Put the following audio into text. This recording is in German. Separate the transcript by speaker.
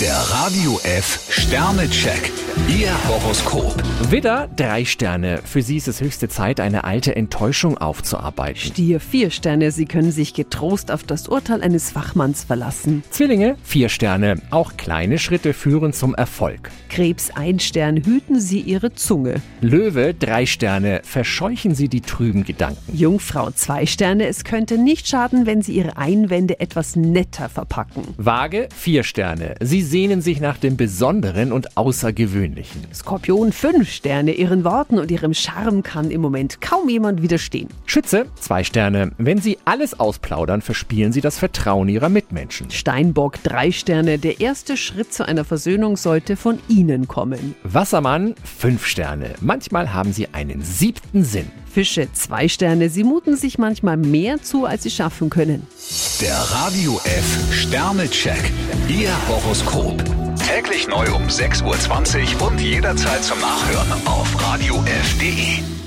Speaker 1: Der Radio F Sternecheck. Ihr Horoskop.
Speaker 2: Widder, drei Sterne. Für Sie ist es höchste Zeit, eine alte Enttäuschung aufzuarbeiten.
Speaker 3: Stier vier Sterne, Sie können sich getrost auf das Urteil eines Fachmanns verlassen.
Speaker 2: Zwillinge, vier Sterne. Auch kleine Schritte führen zum Erfolg.
Speaker 3: Krebs ein Stern, hüten Sie Ihre Zunge.
Speaker 2: Löwe, drei Sterne. Verscheuchen Sie die trüben Gedanken.
Speaker 3: Jungfrau zwei Sterne, es könnte nicht schaden, wenn Sie Ihre Einwände etwas netter verpacken.
Speaker 2: Waage, vier Sterne. Sie sehnen sich nach dem Besonderen und Außergewöhnlichen.
Speaker 3: Skorpion fünf Sterne, Ihren Worten und Ihrem Charme kann im Moment kaum jemand widerstehen.
Speaker 2: Schütze, zwei Sterne. Wenn Sie alles ausplaudern, verspielen Sie das Vertrauen Ihrer Mitmenschen.
Speaker 3: Steinbock drei Sterne, der erste Schritt zu einer Versöhnung sollte von Ihnen kommen.
Speaker 2: Wassermann, fünf Sterne. Manchmal haben Sie einen siebten Sinn.
Speaker 3: Fische zwei Sterne, Sie muten sich manchmal mehr zu, als Sie schaffen können.
Speaker 1: Der Radio F Sternecheck. Ihr Horoskop. Täglich neu um 6.20 Uhr und jederzeit zum Nachhören auf Radio radiof.de.